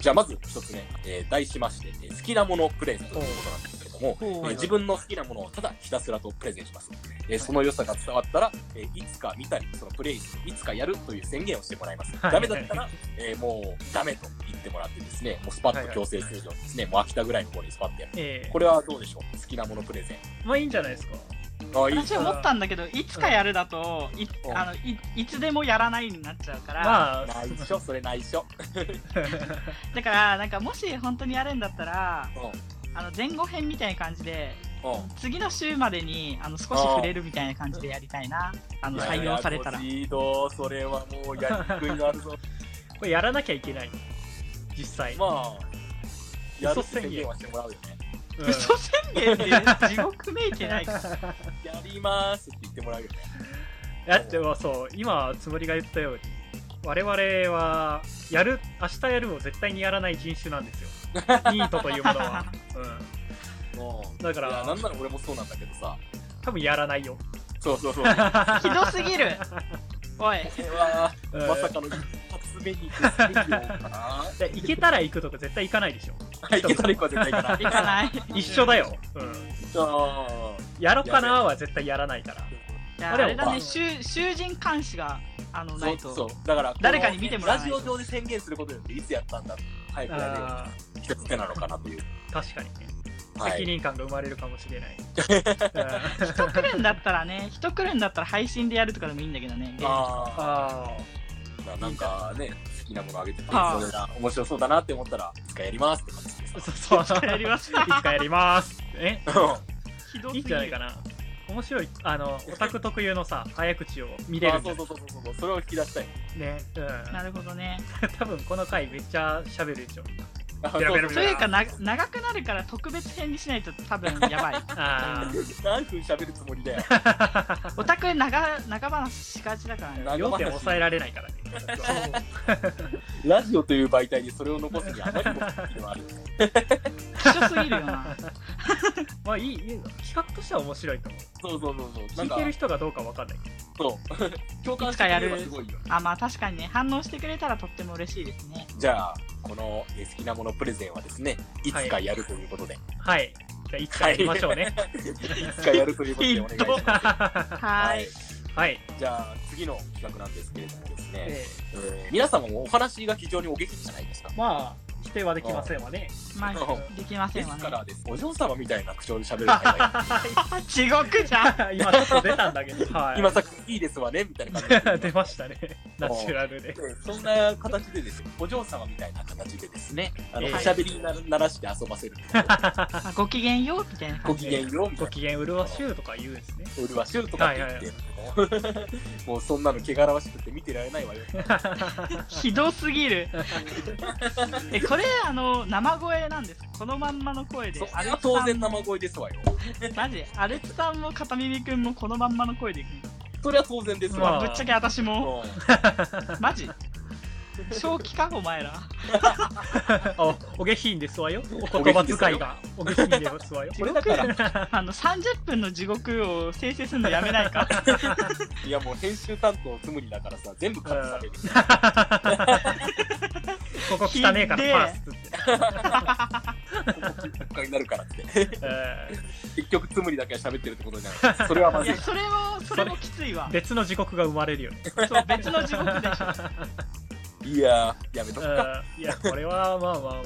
Speaker 1: じゃあまず一つ目、えー題しまして、えー好きなものプレゼントということなんですけれども、
Speaker 3: はい
Speaker 1: えー自分の好きなものをただひたすらとプレゼンします。えーその良さが伝わったら、えーいつか見たり、そのプレイする、いつかやるという宣言をしてもらいます。
Speaker 3: はい
Speaker 1: ダメだったら、えーもうダメと言ってもらってですね、もうスパッと強制終了ですね、もう飽きたぐらいの方にスパッとやる。
Speaker 3: ええ
Speaker 1: これはどうでしょう好きなものプレゼン。
Speaker 3: まあいいんじゃないですか。
Speaker 1: ああ、いい。
Speaker 2: [LAUGHS] 私思ったんだけどいつかやるだとい
Speaker 1: うん
Speaker 2: あのいいつでもやらないになっちゃうから、
Speaker 3: まあ、
Speaker 1: 内
Speaker 3: [LAUGHS]
Speaker 1: 緒、それ内緒。
Speaker 2: だからなんかもし本当にやるんだったら
Speaker 1: うん。
Speaker 2: あの前後編みたいな感じで
Speaker 1: うん。
Speaker 2: 次の週までにあの少し触れるみたいな感じでやりたいなあの採用されたら
Speaker 1: いやいやご指導それはもうやりにくいのあるぞ。
Speaker 3: これやらなきゃいけない。実際。
Speaker 1: まあ、やる
Speaker 3: 嘘
Speaker 1: って宣
Speaker 3: 宣言
Speaker 1: 言はしてもらうよね。
Speaker 3: うん
Speaker 2: [LAUGHS] 嘘宣言って地獄めいてない
Speaker 1: やりますって言ってもらうよね。
Speaker 3: だってもうそう今つむりが言ったように我々はやる明日やるを絶対にやらない人種なんですよニートというものは、うん、
Speaker 1: うん
Speaker 3: だから
Speaker 1: いやなんなら俺もそうなんだけどさ。
Speaker 3: 多分やらないよ
Speaker 1: そうそう [LAUGHS] そう。
Speaker 2: ひどすぎるおい
Speaker 1: これは、
Speaker 3: うん
Speaker 1: まさかの一発目に行くべきかな。
Speaker 3: で行けたら行くとか絶対行かないでしょ
Speaker 1: [LAUGHS] はい、いけたら行くは絶対行かない。
Speaker 2: 行
Speaker 1: [LAUGHS]
Speaker 2: かない
Speaker 3: 一緒だよ、うん、
Speaker 1: あ
Speaker 3: やろっかなは絶対やらないから
Speaker 2: いや
Speaker 3: あ
Speaker 2: あ
Speaker 3: れ
Speaker 2: れだ
Speaker 1: まあ
Speaker 2: ね囚囚人監視があの
Speaker 1: ー
Speaker 2: ない
Speaker 1: そうそ
Speaker 2: と
Speaker 1: う。だから、
Speaker 2: 誰かに見てもらわ
Speaker 1: ラ
Speaker 2: ない
Speaker 1: ジ
Speaker 2: と
Speaker 1: オ上で宣言することによって、いつやったんだ早くやれよ。
Speaker 3: あ
Speaker 1: 一つ手なのかなという。
Speaker 3: ー確かにね
Speaker 1: は
Speaker 3: 責
Speaker 1: い。
Speaker 3: 任感が生まれるかもしれない、うん
Speaker 2: [LAUGHS] 人来るんだったらね人来るんだったら配信でやるとかでもいいんだけどね
Speaker 1: あ
Speaker 3: あ
Speaker 1: あ、なんかね、好きなものあげてて、
Speaker 2: あー
Speaker 1: それが面白そうだなって思ったら、いつかやりますって感じです
Speaker 2: [LAUGHS]
Speaker 3: あ。そうそう
Speaker 2: やります
Speaker 3: いつかやりますえ
Speaker 2: ひどす
Speaker 3: いい
Speaker 2: ぎ
Speaker 3: んじゃない
Speaker 2: る
Speaker 3: かな面白いあのオタク特有のさ早口を見れる
Speaker 1: あ
Speaker 3: ん
Speaker 1: ー
Speaker 3: じ
Speaker 1: そう
Speaker 3: ゃな
Speaker 1: そうそうそうそう。それを引き出したい。
Speaker 3: いね
Speaker 2: なるほどね
Speaker 3: うん多分この回めっちゃ喋るでしょ
Speaker 1: あそう
Speaker 3: ベラベラベラ
Speaker 2: というかな長くなるから特別編にしないと多分
Speaker 1: [LAUGHS]
Speaker 2: やばい
Speaker 3: あ
Speaker 1: 何分喋るつもりだよ。
Speaker 3: あ
Speaker 2: オタク長長話しがちだからね
Speaker 3: 要点抑えられないからね
Speaker 1: ラジオという媒体にそれを残すにはあまりにも不利ではある。
Speaker 2: 希少すぎるよ
Speaker 1: [LAUGHS]
Speaker 2: な
Speaker 3: まあいいいい企画としては面白いと思
Speaker 1: そうそうそうそうな
Speaker 3: う
Speaker 1: ん
Speaker 3: 聞い
Speaker 1: か
Speaker 3: てる人がどうかわかんないけど
Speaker 1: そう共感してくれればすごいよ
Speaker 2: あまあ確かにね反応してくれたらとっても嬉しいですね
Speaker 1: じゃあこのえー好きなものプレゼンはですねいつかやるということで、
Speaker 3: はいじゃあいつかやりましょうね、
Speaker 1: い、つかやるということでお願いします
Speaker 3: [LAUGHS] は
Speaker 2: はい
Speaker 3: い、
Speaker 1: じゃあ次の企画なんですけれどもですね、
Speaker 3: え
Speaker 1: えー皆様もお話が非常にお激しじゃないですか
Speaker 3: ーまあ否定はできませんわね
Speaker 2: まあできませ
Speaker 1: で
Speaker 2: ん
Speaker 1: す
Speaker 2: わね
Speaker 1: からですお嬢様みたいな口調で喋るのが [LAUGHS]
Speaker 2: 地獄じゃん
Speaker 3: [LAUGHS] 今ちょっと出たんだけど、はい、
Speaker 1: 今さっきいいですわねみたいな感じ
Speaker 3: [LAUGHS] 出ましたねナチュラルで
Speaker 1: でそんな形でですよお嬢様みたいな形でですねあの、
Speaker 3: ええ
Speaker 1: おしゃべりになならして遊ばせる
Speaker 2: あごきげんようみたいな
Speaker 1: ご
Speaker 2: 感じ
Speaker 1: 機嫌ようみた
Speaker 3: ご
Speaker 1: いな
Speaker 3: 機嫌麗しゅうとか言うんですね
Speaker 1: 俺はシューとかって言って、もうそんなの汚らわしくて見てられないわよ
Speaker 2: ひどすぎるえこれあの生声なんですこのまんまの声
Speaker 1: [LAUGHS]
Speaker 2: で
Speaker 1: そうあ
Speaker 2: ア
Speaker 1: れ
Speaker 2: レ
Speaker 1: は
Speaker 2: ツ
Speaker 1: 当
Speaker 2: さ
Speaker 1: 然
Speaker 2: ん
Speaker 1: 生声ですわよ
Speaker 2: マジアレツさんも片耳くんもこのまんまの声でいくの
Speaker 1: それは当然です
Speaker 3: まあ
Speaker 1: わ、
Speaker 2: ぶっちゃけ私も
Speaker 1: うん
Speaker 2: マジ正気かお前ら
Speaker 3: あお下品ですわよお言葉遣いがお下品ですわよ
Speaker 1: [LAUGHS] これだから
Speaker 2: あの30分の地獄を生成するのやめないか
Speaker 1: いやもう編集担当つむりだからさ全部カットされる
Speaker 3: ここ汚ねえか
Speaker 2: ひでえ
Speaker 3: らパースっつって、
Speaker 1: 国会になるからって
Speaker 3: え
Speaker 1: 結局つむりだけは喋ってるってことになるそれはま
Speaker 2: い
Speaker 1: ずい
Speaker 2: やそれもそれもきついわ
Speaker 3: ー別の地獄が生まれるよね、
Speaker 2: そう別の地獄でしょ
Speaker 1: いやーやめと
Speaker 3: う
Speaker 1: く
Speaker 3: ん
Speaker 1: か、
Speaker 3: いやこれはまあまあまあ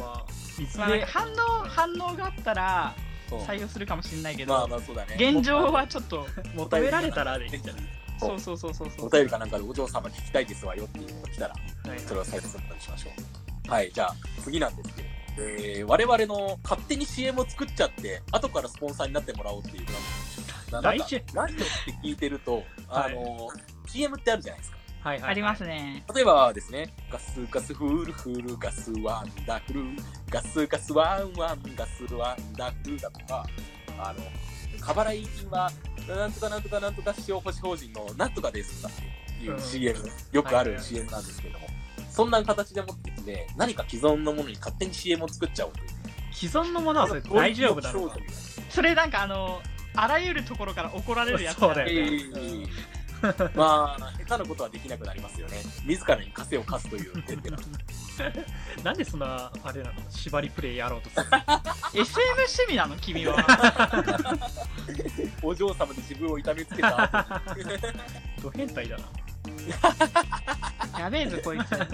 Speaker 3: いつ
Speaker 2: まあなん
Speaker 3: で
Speaker 2: か反応反応があったら
Speaker 1: うん
Speaker 2: 採用するかもしれないけど、
Speaker 1: まあまあそうだね
Speaker 2: 現状はちょっと
Speaker 3: 求められたらでいいんじゃない
Speaker 2: そうそうそうそうそ
Speaker 1: お
Speaker 2: う
Speaker 1: 便りかなんかでお嬢様聞きたいですわよっていうのが来たら
Speaker 3: はい
Speaker 1: それは採用することにしましょうはいじゃあ次なんですけどえー、我々の勝手に CM を作っちゃって後からスポンサーになってもらおうっていうなんか
Speaker 3: 来週
Speaker 1: ラジオって聞いてると、あの CM ってあるじゃないですか
Speaker 3: はいはい
Speaker 2: ありますね
Speaker 1: 例えばですね、ガスガスフールフールガスワンダフルガスガスワンワンガスワンダフルだとか、あの、過払い金はなんとかなんとかなんとか司法保守法人のなんとかですとかっていううん CM、よくあ
Speaker 3: はい
Speaker 1: る
Speaker 3: はい
Speaker 1: CM なんですけども、そんな形でもってですね、何か既存のものに勝手に CM を作っちゃおうという。
Speaker 3: 既存のものはそれ大丈夫だろうか
Speaker 1: そういう
Speaker 2: それなんかあのあらゆるところから怒られるやつ
Speaker 3: そうだよ
Speaker 1: えーまあ、下手なことはできなくなりますよね。自らに枷を課すという点では。
Speaker 3: なんでそんなあれなの縛りプレイやろうとする [LAUGHS]
Speaker 2: SM 趣味なの君は
Speaker 1: お嬢様で自分を痛めつけた後
Speaker 3: ド変態だな
Speaker 2: [LAUGHS] やべえぞこいつ
Speaker 1: いつか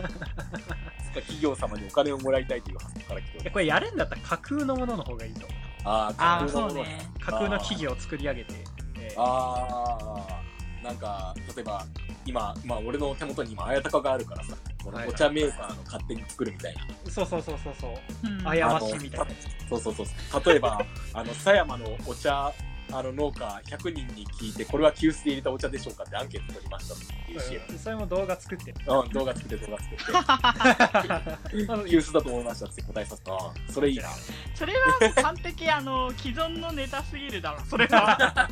Speaker 1: 企業様にお金をもらいたいという発想から来てお
Speaker 3: え
Speaker 1: る。
Speaker 3: これやるんだったら架空のものの方がいいと思う
Speaker 1: あー
Speaker 2: ああ
Speaker 1: 架空
Speaker 2: そ
Speaker 1: の
Speaker 2: う
Speaker 1: もの
Speaker 2: ね
Speaker 3: 架空の企業を作り上げてえー
Speaker 1: あーなんか、例えば、今、まあ、俺の手元に今、綾鷹があるからさ、この
Speaker 3: はい
Speaker 1: お茶メーカーの勝手に作るみたいな。
Speaker 3: そうそうそうそうそう
Speaker 2: うん
Speaker 3: あやましいみたいなや
Speaker 1: そうそうそうそう。例えば、あの、狭山のお茶、あの農家100人に聞いて、これは急須で入れたお茶でしょうかってアンケート取りましたっていう CM。
Speaker 3: つそれも動画作って [LAUGHS] る
Speaker 1: うん、動画作って動画作って、
Speaker 3: あの
Speaker 1: 急須だと思いましたって答えさせた。あーそれいいな。
Speaker 2: それは完璧あの既存のネタすぎるだろそれは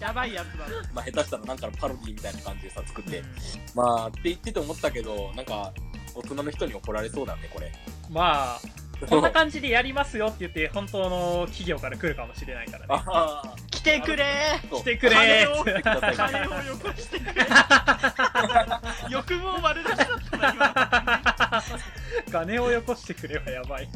Speaker 2: やばいやつだろ
Speaker 1: まあ、下手したらなんかのパロディみたいな感じでさ、作って
Speaker 3: う、ん
Speaker 1: まあって言ってて思ったけどなんか大人の人に怒られそうだねこれ
Speaker 3: まあこんな感じでやりますよって言って本当の企業から来るかもしれないからね
Speaker 1: [LAUGHS] ああ
Speaker 2: 来てくれ
Speaker 1: 来
Speaker 3: 来てくれ
Speaker 2: 金を
Speaker 3: ーって
Speaker 1: ください
Speaker 2: 金をよこしてくれ欲望丸出しだったな今
Speaker 3: [LAUGHS] 金をよこしてくれはやば
Speaker 1: [LAUGHS]
Speaker 3: い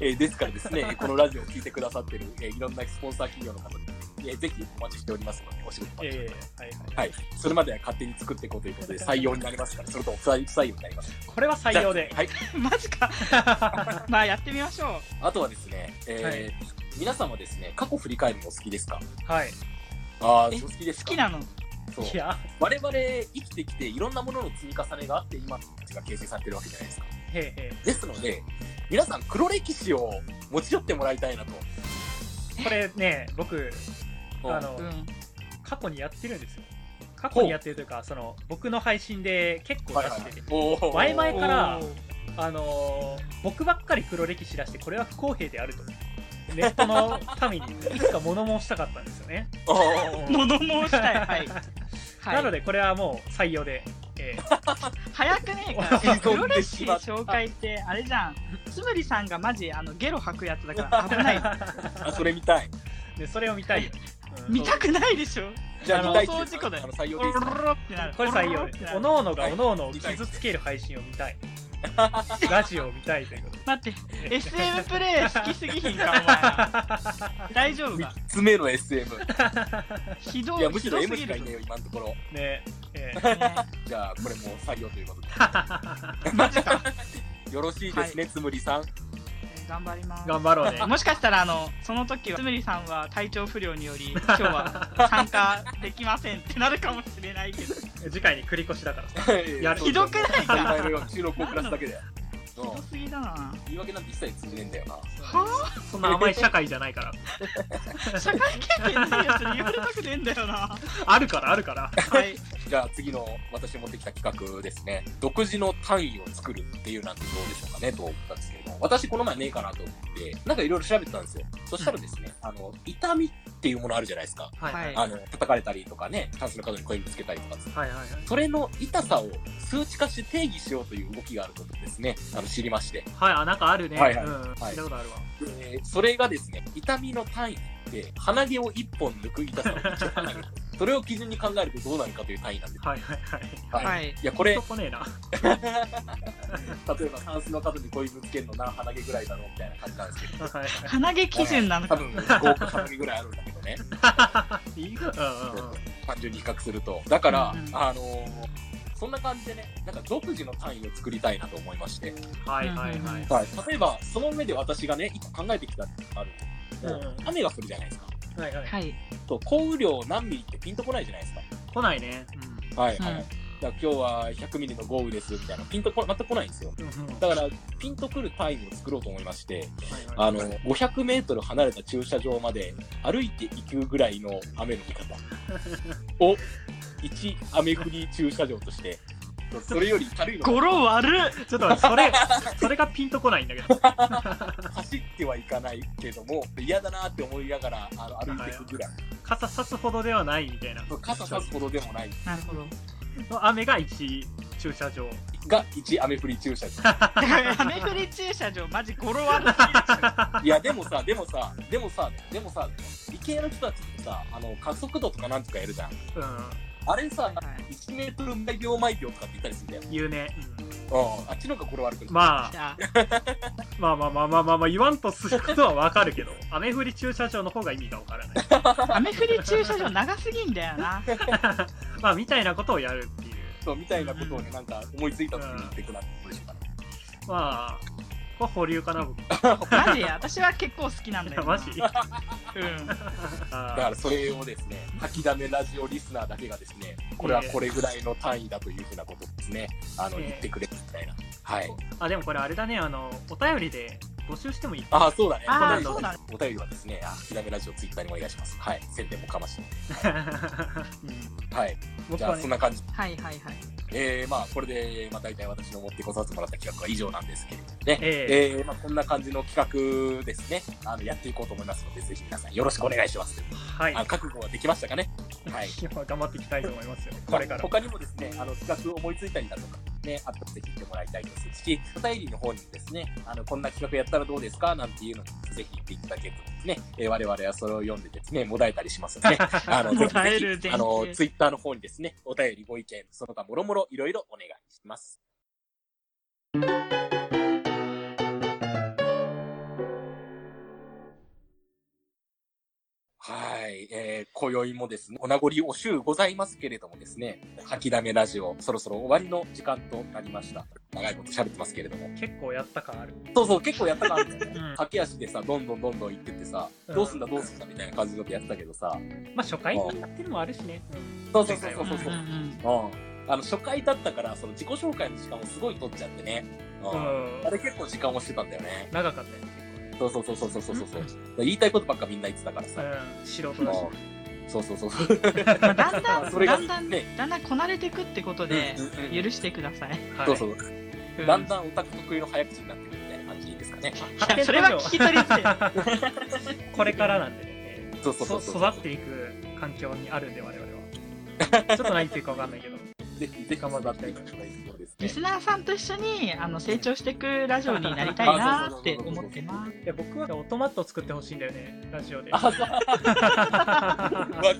Speaker 1: えーですからですねこのラジオを聞いてくださってる、えーいろんなスポンサー企業の方に、えーぜひお待ちしておりますのでお仕事お待ちしてお
Speaker 3: え
Speaker 1: ります
Speaker 3: えはいはい
Speaker 1: はい、それまでは勝手に作っていこうということで採用になりますからそれとも不採用になります
Speaker 3: これは採用で
Speaker 1: じゃあはい
Speaker 2: マジかまあやってみましょ
Speaker 1: あとはですね、えー
Speaker 3: は
Speaker 1: 皆様ですね過去振り返るのお好きですか
Speaker 3: はい
Speaker 1: ああ
Speaker 2: え
Speaker 1: 好きで
Speaker 2: う
Speaker 1: す
Speaker 2: 好
Speaker 1: か
Speaker 2: きなの
Speaker 1: そう
Speaker 3: いや
Speaker 1: 我々生きてきていろんなものの積み重ねがあって今のうちが形成されてるわけじゃないですか
Speaker 3: へえへ
Speaker 1: ですので皆さん黒歴史を持ち寄ってもらいたいなと
Speaker 3: えこれね僕あの、
Speaker 2: うん
Speaker 3: 過去にやってるんですよ過去にやってるというかその僕の配信で結構出してて、
Speaker 1: はいはい
Speaker 3: 前々から
Speaker 2: おー
Speaker 3: あのー僕ばっかり黒歴史出してこれは不公平であるとネットの民にいつか物申したかったんですよね、
Speaker 1: おーおーおー
Speaker 2: 物申したいはい、はい、
Speaker 3: なのでこれはもう採用でえ
Speaker 2: 早くねえか
Speaker 1: 依存してしまった
Speaker 2: プロレスリー紹介ってあれじゃんつむりさんがマジあのゲロ吐くやつだから危
Speaker 3: [LAUGHS]
Speaker 2: ない
Speaker 1: あそれ見たい。
Speaker 3: えでそれを見たいよ、うん
Speaker 2: 見たくないでしょ
Speaker 1: じゃあ
Speaker 3: あの
Speaker 1: 見たいって
Speaker 2: 放送事故だよ
Speaker 1: あの採用
Speaker 2: お
Speaker 1: でいいですか
Speaker 2: ろろってなる
Speaker 3: これ採用
Speaker 2: おろろってな
Speaker 3: お
Speaker 2: る
Speaker 3: のおのがおのおのを傷つける配信を見たいラジオを見たいということ
Speaker 2: 待って [LAUGHS] SM プレイ好きすぎひんかお [LAUGHS] 前大丈夫か
Speaker 1: 三つ目の SM。
Speaker 2: ひど
Speaker 1: いや、むしろ
Speaker 2: ひど
Speaker 1: M
Speaker 2: すぎ
Speaker 1: しかい
Speaker 2: るぞ
Speaker 1: ねえよ、今のところ。
Speaker 3: ねえ [LAUGHS] え
Speaker 1: じゃあ、これもう採用ということ
Speaker 3: 頑
Speaker 1: で。よろしいですね、つむりさん。
Speaker 2: [LAUGHS] 頑張ります
Speaker 3: 張ろうね
Speaker 2: もしかしたらあのその時はつむりさんは体調不良によ [LAUGHS] り今日は参加できませんってなるかもしれないけど
Speaker 3: 次回に繰り越しだからさ
Speaker 1: や
Speaker 3: る
Speaker 2: ひどくない
Speaker 1: 当たり
Speaker 2: か
Speaker 1: 前のように収録を暮らすだけで。
Speaker 2: ひどすぎだな
Speaker 1: うん言い訳なんて一切通じねえんだよな。
Speaker 2: は
Speaker 3: そんな甘い社会じゃないから
Speaker 2: あ社会経験ないやつに言われたくねえんだよな
Speaker 3: あるからあるから
Speaker 2: はい
Speaker 1: じゃあ次の私持ってきた企画ですね。独自の単位を作るっていうなんてどうでしょうかねと思ったんですけれども、私この前ねえかなと思って、なんかいろいろ調べてたんですよ。そしたらですね、あの、痛みっていうものあるじゃないですか。
Speaker 3: はいはい
Speaker 2: はい
Speaker 1: あの、叩かれたりとかね、タンスの角にコインぶつけたりとか。
Speaker 3: はいはい
Speaker 1: それの痛さを数値化して定義しようという動きがあることですね、あの知りまして。
Speaker 3: はいあなんかあるね
Speaker 1: はいはい
Speaker 3: うん
Speaker 1: はい
Speaker 3: 聞いたことあるわ
Speaker 1: えーそれがですね、痛みの単位って、鼻毛を一本抜く痛さを一応鼻毛。それを基準に考えるとどうなるかという単位なんです。
Speaker 3: はいはいはい
Speaker 1: はい。
Speaker 2: はいい、
Speaker 1: や、これ
Speaker 3: と、こねえな
Speaker 1: 例えばタンスの角に恋ぶつけるのな鼻毛ぐらいだろうみたいな感じなんですけど。
Speaker 3: はいはい
Speaker 2: 鼻毛基準なの
Speaker 1: 多
Speaker 2: か
Speaker 1: 分5億鼻毛ぐらいあるんだけどね、
Speaker 3: いいうんうんうん
Speaker 1: 単純に比較すると。だから、
Speaker 2: うんうん
Speaker 1: あのーそんな感じでね、なんか独自の単位を作りたいなと思いまして、
Speaker 3: はいはいはい
Speaker 1: 例えば、その上で私がね、一個考えてきたのがあるんですけど
Speaker 3: うんうん
Speaker 1: 雨が降るじゃないですか。
Speaker 3: はいはい
Speaker 2: はい
Speaker 1: と降雨量何ミリってピンとこないじゃないですか。
Speaker 3: 来ないね
Speaker 1: はいはい。
Speaker 2: うん
Speaker 1: だから今日は100ミリの豪雨ですみたいな、ピンとこ全く来ないんですよ。
Speaker 3: うんうんうん
Speaker 1: だから、ピンとくる単位を作ろうと思いまして、
Speaker 3: はいはい
Speaker 1: あの、500メートル離れた駐車場まで歩いて行くぐらいの雨の降り方 [LAUGHS] を、1雨降り駐車場として、それより軽いの
Speaker 2: 語
Speaker 1: が
Speaker 2: 呂悪っ
Speaker 3: ちょっと待ってそれそれがピンとこないんだけど
Speaker 1: 走ってはいかないけども、嫌だなって思いながらあの歩いていくぐらい。
Speaker 3: 傘さすほどではないみたいな
Speaker 1: 傘差すほどでもない。
Speaker 2: なるほど
Speaker 3: の雨が一駐車場
Speaker 1: が1雨降り駐車場。
Speaker 2: だから雨降り駐車場マジ語呂悪い
Speaker 1: いや、でもさ、でもさ、でもさ、でもさ、理系の人たちってさ、あの、加速度とかなんとかやるじゃん。
Speaker 3: うん
Speaker 1: あれさ、
Speaker 2: はい
Speaker 1: 1メートル毎秒毎秒とかって言ったりするんだよ。
Speaker 3: 言うね、
Speaker 1: うん。あっちの方がこれ悪くない。
Speaker 3: まあ
Speaker 2: じゃあ
Speaker 3: まあまあまあまあまあまあ言わんとすることはわかるけど雨降り駐車場の方が意味がわからない
Speaker 2: 雨降り駐車場長すぎんだよ
Speaker 3: [LAUGHS]
Speaker 2: な
Speaker 3: まあみたいなことをやるっていう
Speaker 1: そうみたいなことをね、なんか思いついた時に言ってくなってことでしょうかね。
Speaker 3: まあこれ保留かな僕
Speaker 2: マジ私は結構好きなんだよな
Speaker 3: マジあ
Speaker 2: うん
Speaker 1: だか
Speaker 3: ー
Speaker 1: らそれをですね、吐きだめラジオリスナーだけがですね、これはこれぐらいの単位だというふうなことをですね、あの、
Speaker 3: ええ
Speaker 1: 言ってくれみたいな。はい。
Speaker 3: あでもこれあれだねあのお便りで募集してもいい
Speaker 1: ああ、そうだね。
Speaker 2: あ
Speaker 3: ー
Speaker 1: お
Speaker 2: そう
Speaker 1: 便
Speaker 2: だ
Speaker 1: りお便りはですね、あ吐きだめラジオツイッターにお願いします。はい。宣伝もかまして。
Speaker 3: [LAUGHS] うん
Speaker 1: はい。
Speaker 3: 僕
Speaker 1: じゃ
Speaker 3: は
Speaker 1: あ、そん
Speaker 3: ね
Speaker 1: な感じ。
Speaker 2: はい
Speaker 3: [LAUGHS]
Speaker 2: はいはい
Speaker 1: えー、まあ、これで、まあ、大体私の持ってこさせてもらった企画は以上なんですけれどもね。
Speaker 3: ええ
Speaker 1: えーまあ、こんな感じの企画ですね。あの、やっていこうと思いますので、ぜひ皆さんよろしくお願いします。
Speaker 3: はい
Speaker 1: あ覚悟はできましたかねはい。
Speaker 3: いや頑張っていきたいと思いますよこれから
Speaker 1: 他にもですね、あの企画を思いついたりだとか、ね、あったらぜひ言ってもらいたいですし、お便りの方にもですね、あのこんな企画やったらどうですかなんていうのもぜひ言っていただけるとですね、えー我々はそれを読んでですね、もだえたりしますので、あの、ぜ
Speaker 2: もだえ
Speaker 1: ひ
Speaker 2: る
Speaker 1: ぜひ、
Speaker 2: 前提
Speaker 1: あの、ツイッターの方にですね、お便り、ご意見、その他もろもろいろいろお願いします。はい、えー、今宵もですね、お名残おしゅうございますけれどもですね、吐きだめラジオ、そろそろ終わりの時間となりました。長いこと喋ってますけれども。
Speaker 3: 結構やった感ある
Speaker 1: そうそう、結構やったからね。
Speaker 3: うん
Speaker 1: 駆け足でさ、どんどんどんどん行ってってさ、
Speaker 3: うん
Speaker 1: どうすんだどうすんだみたいな感じのことやってたけどさ、
Speaker 3: まあ初回にやってるのもあるしね
Speaker 1: そうそうそうそうそう。う
Speaker 2: んん
Speaker 1: ん、あの初回だったからその自己紹介の時間をすごい取っちゃってね、
Speaker 3: う
Speaker 1: うん
Speaker 3: ん
Speaker 1: あれ結構時間をしてたんだよね
Speaker 3: 長かったよね結構ね
Speaker 1: そうそうそうそうそうそうそう言いたいことばっかみんな言ってたからさ、
Speaker 3: うん素
Speaker 1: う
Speaker 3: 人
Speaker 1: ん
Speaker 3: だし
Speaker 1: そうそうそうそう
Speaker 2: うんまあだんだ
Speaker 1: [LAUGHS]
Speaker 2: ん
Speaker 1: それが
Speaker 2: だんだん
Speaker 1: ね
Speaker 2: だんだんこなれてくってことで
Speaker 1: うんうんうん
Speaker 2: 許してください
Speaker 3: はい
Speaker 1: そうそう、
Speaker 2: うん
Speaker 1: だんだんオタク得意の早口になってくるみたいな感じですかね
Speaker 2: いやそれは聞き取りづらい
Speaker 3: [LAUGHS] これからなんでね、
Speaker 1: そう
Speaker 3: そ
Speaker 1: そうそうそう
Speaker 3: 育っていく環境にあるんで我々は。ちょっと何言ってるかわかんないけど。
Speaker 1: ぜひぜひ頑張っていただきたいところですね
Speaker 2: リ
Speaker 3: [LAUGHS]
Speaker 2: スナーさんと一緒にあの成長していくラジオになりたいなーって思ってます。
Speaker 3: いや僕はオートマットを作ってほしいんだよねラジオで
Speaker 1: あそうわ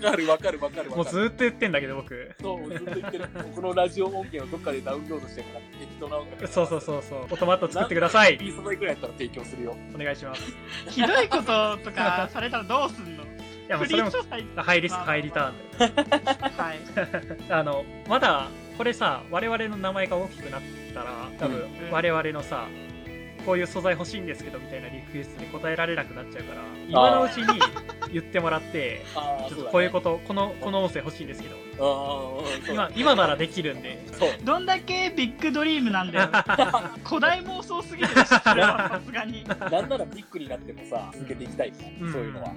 Speaker 1: かるわかるわかる
Speaker 3: [LAUGHS] も
Speaker 1: わ
Speaker 3: う
Speaker 1: か
Speaker 3: ず
Speaker 1: る
Speaker 3: ーっと言ってんだけど僕
Speaker 1: そうずっと言ってるこのラジオ音源をどっかでダウンロードしてもらって適当な音楽
Speaker 3: そうそう
Speaker 1: う
Speaker 3: そうそうオートマット作ってください
Speaker 1: ピースバイぐらいやったら提供するよ
Speaker 3: お願いします
Speaker 2: ひどいこととかされたらどうすんの
Speaker 3: いやも
Speaker 2: フ
Speaker 3: う
Speaker 2: リ
Speaker 3: それ
Speaker 2: ー
Speaker 3: も
Speaker 2: 素材
Speaker 3: ハイリスクハイリターンだよ
Speaker 2: はい。
Speaker 3: あのまだこれさ我々の名前が大きくなったら多分
Speaker 2: うん
Speaker 3: 我々のさこういう素材欲しいんですけどみたいなリクエストに答えられなくなっちゃうから今のうちに言ってもらって
Speaker 1: あ
Speaker 3: ちょっとこういうこととこのこの音声欲しいんですけど
Speaker 1: あーそう
Speaker 3: 今今ならできるんで
Speaker 1: そう
Speaker 2: どんだけビッグドリームなん
Speaker 3: [LAUGHS]
Speaker 2: だよ。古代妄想すぎるでしょ、それはさすがに。
Speaker 1: なんならビッグになってもさ続けていきたいね
Speaker 3: うん
Speaker 1: そういうのは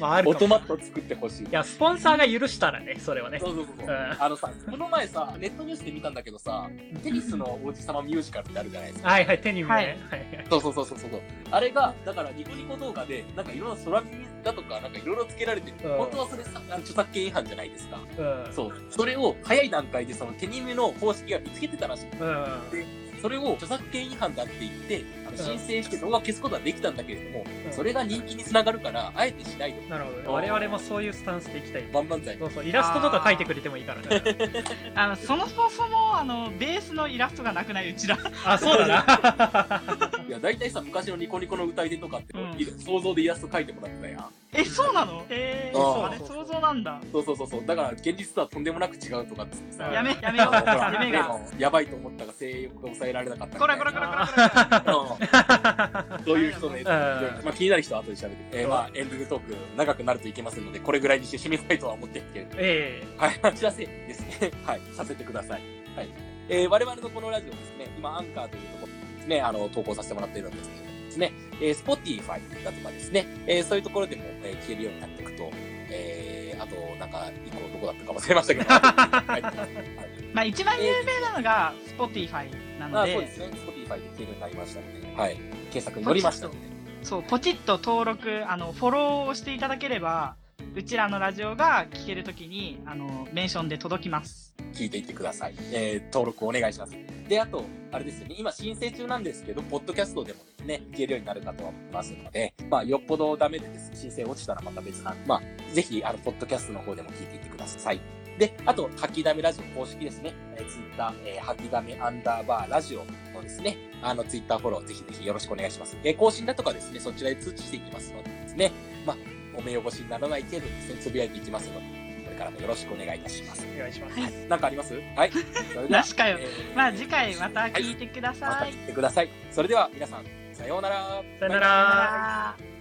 Speaker 3: まあある
Speaker 1: オー
Speaker 3: か
Speaker 1: ト
Speaker 3: も
Speaker 1: マット作ってほしい
Speaker 3: いやスポンサーが許したらねそれはね
Speaker 1: そうそうそうそう
Speaker 3: うん
Speaker 1: あのさこの前さネットニュースで見たんだけどさテニスの王子様ミュージカルってあるじゃないですか
Speaker 3: はいはい手に見えね
Speaker 1: そうそうそうそうそう。あれが、だからニコニコ動画で、なんかいろんな空耳だとか、なんかいろいろつけられてる。
Speaker 3: うん
Speaker 1: 本当はそれさ、あの著作権違反じゃないですか。
Speaker 3: はいうん
Speaker 1: そう。それを早い段階でその手に目の公式が見つけてたらしい。
Speaker 3: うん
Speaker 1: それを著作権違反だって言って、あの申請して動画消すことはできたんだけれども、
Speaker 3: うん
Speaker 1: それが人気につながるから、あえてしないと。
Speaker 3: なるほどね我々もそういうスタンスでいきたい
Speaker 1: 万々歳。
Speaker 3: そうそうイラストとか書いてくれてもいいからね
Speaker 2: あのそもそもそもあのベースのイラストがなくないう
Speaker 1: [LAUGHS]
Speaker 2: ちら。
Speaker 3: あそうだな
Speaker 1: いや、大体さ、昔のニコニコの歌い手とかって、
Speaker 2: うん
Speaker 1: い想像でイラスト描いてもらってたやん。
Speaker 2: え、そうなのえー、
Speaker 1: あー
Speaker 2: そうあれ想像なんだ。
Speaker 1: そうそうそうそう。だから、現実とはとんでもなく違うとかっつってさ。
Speaker 2: やめやめ
Speaker 1: あの [LAUGHS]
Speaker 2: よう、
Speaker 1: ほら
Speaker 2: [LAUGHS] やめが。
Speaker 1: 例のやばいと思ったが性欲が抑えられなかった
Speaker 2: こ
Speaker 1: みた
Speaker 2: ら
Speaker 1: いな
Speaker 2: こらこらこらこら。
Speaker 3: [LAUGHS]
Speaker 1: うんそういう人ね、
Speaker 3: うん
Speaker 1: まあ、気になる人は後で調べて、えーまあ、エンディングトーク長くなるといけますのでこれぐらいにして締めたいとは思っているけれど
Speaker 3: ええ
Speaker 1: [LAUGHS] はい、お知らせですね。はい、させてください。はい。えー我々のこのラジオですね、今、アンカーというところにですね、あの、投稿させてもらっているんですけどですね、えー、Spotify だとかですね、えーそういうところでも、えー消えるようになっていくと、えーあと、なんか、一個どこだったか忘れました [LAUGHS] けど、はい。
Speaker 2: まあ一番有名なのが Spotify
Speaker 1: ま
Speaker 2: なの
Speaker 1: あ、
Speaker 2: で
Speaker 1: そうですね、Spotify で消えるようになりましたので、はい。検索に乗りましたので、
Speaker 2: そうポチッと登録あのフォローをしていただければうちらのラジオが聞けるときにあのメンションで届きます
Speaker 1: 聞いていってください。えー登録お願いします。で、あと、あれですよね、今申請中なんですけど、ポッドキャストでもですね、聞けるようになるかと思いますので、まあ、よっぽどダメでです、申請落ちたらまた別なんで、まあ、ぜひ、あの、ポッドキャストの方でも聞いていってください。で、あと、吐きだめラジオ公式ですね、えツイッター Twitter、えー、吐きだめアンダーバーラジオのですね、あの、ツイッターフォローぜひぜひよろしくお願いします。えー更新だとかですね、そちらで通知していきますのでですね、まあ、お目汚しにならない程度にですね、つぶやいていきますので、これからもよろしくお願いいたします。
Speaker 3: お願いします
Speaker 1: はい、なんかあります
Speaker 2: [LAUGHS]
Speaker 1: はい。それでは
Speaker 2: なしかよ
Speaker 1: えー
Speaker 2: まあ次回また
Speaker 1: はい
Speaker 2: 聞いてく
Speaker 1: ま
Speaker 2: だ
Speaker 1: た
Speaker 2: さい、
Speaker 1: 来てください。それでは皆さん、さようなら。
Speaker 2: さ
Speaker 3: さよな
Speaker 2: よ
Speaker 3: ら
Speaker 2: なら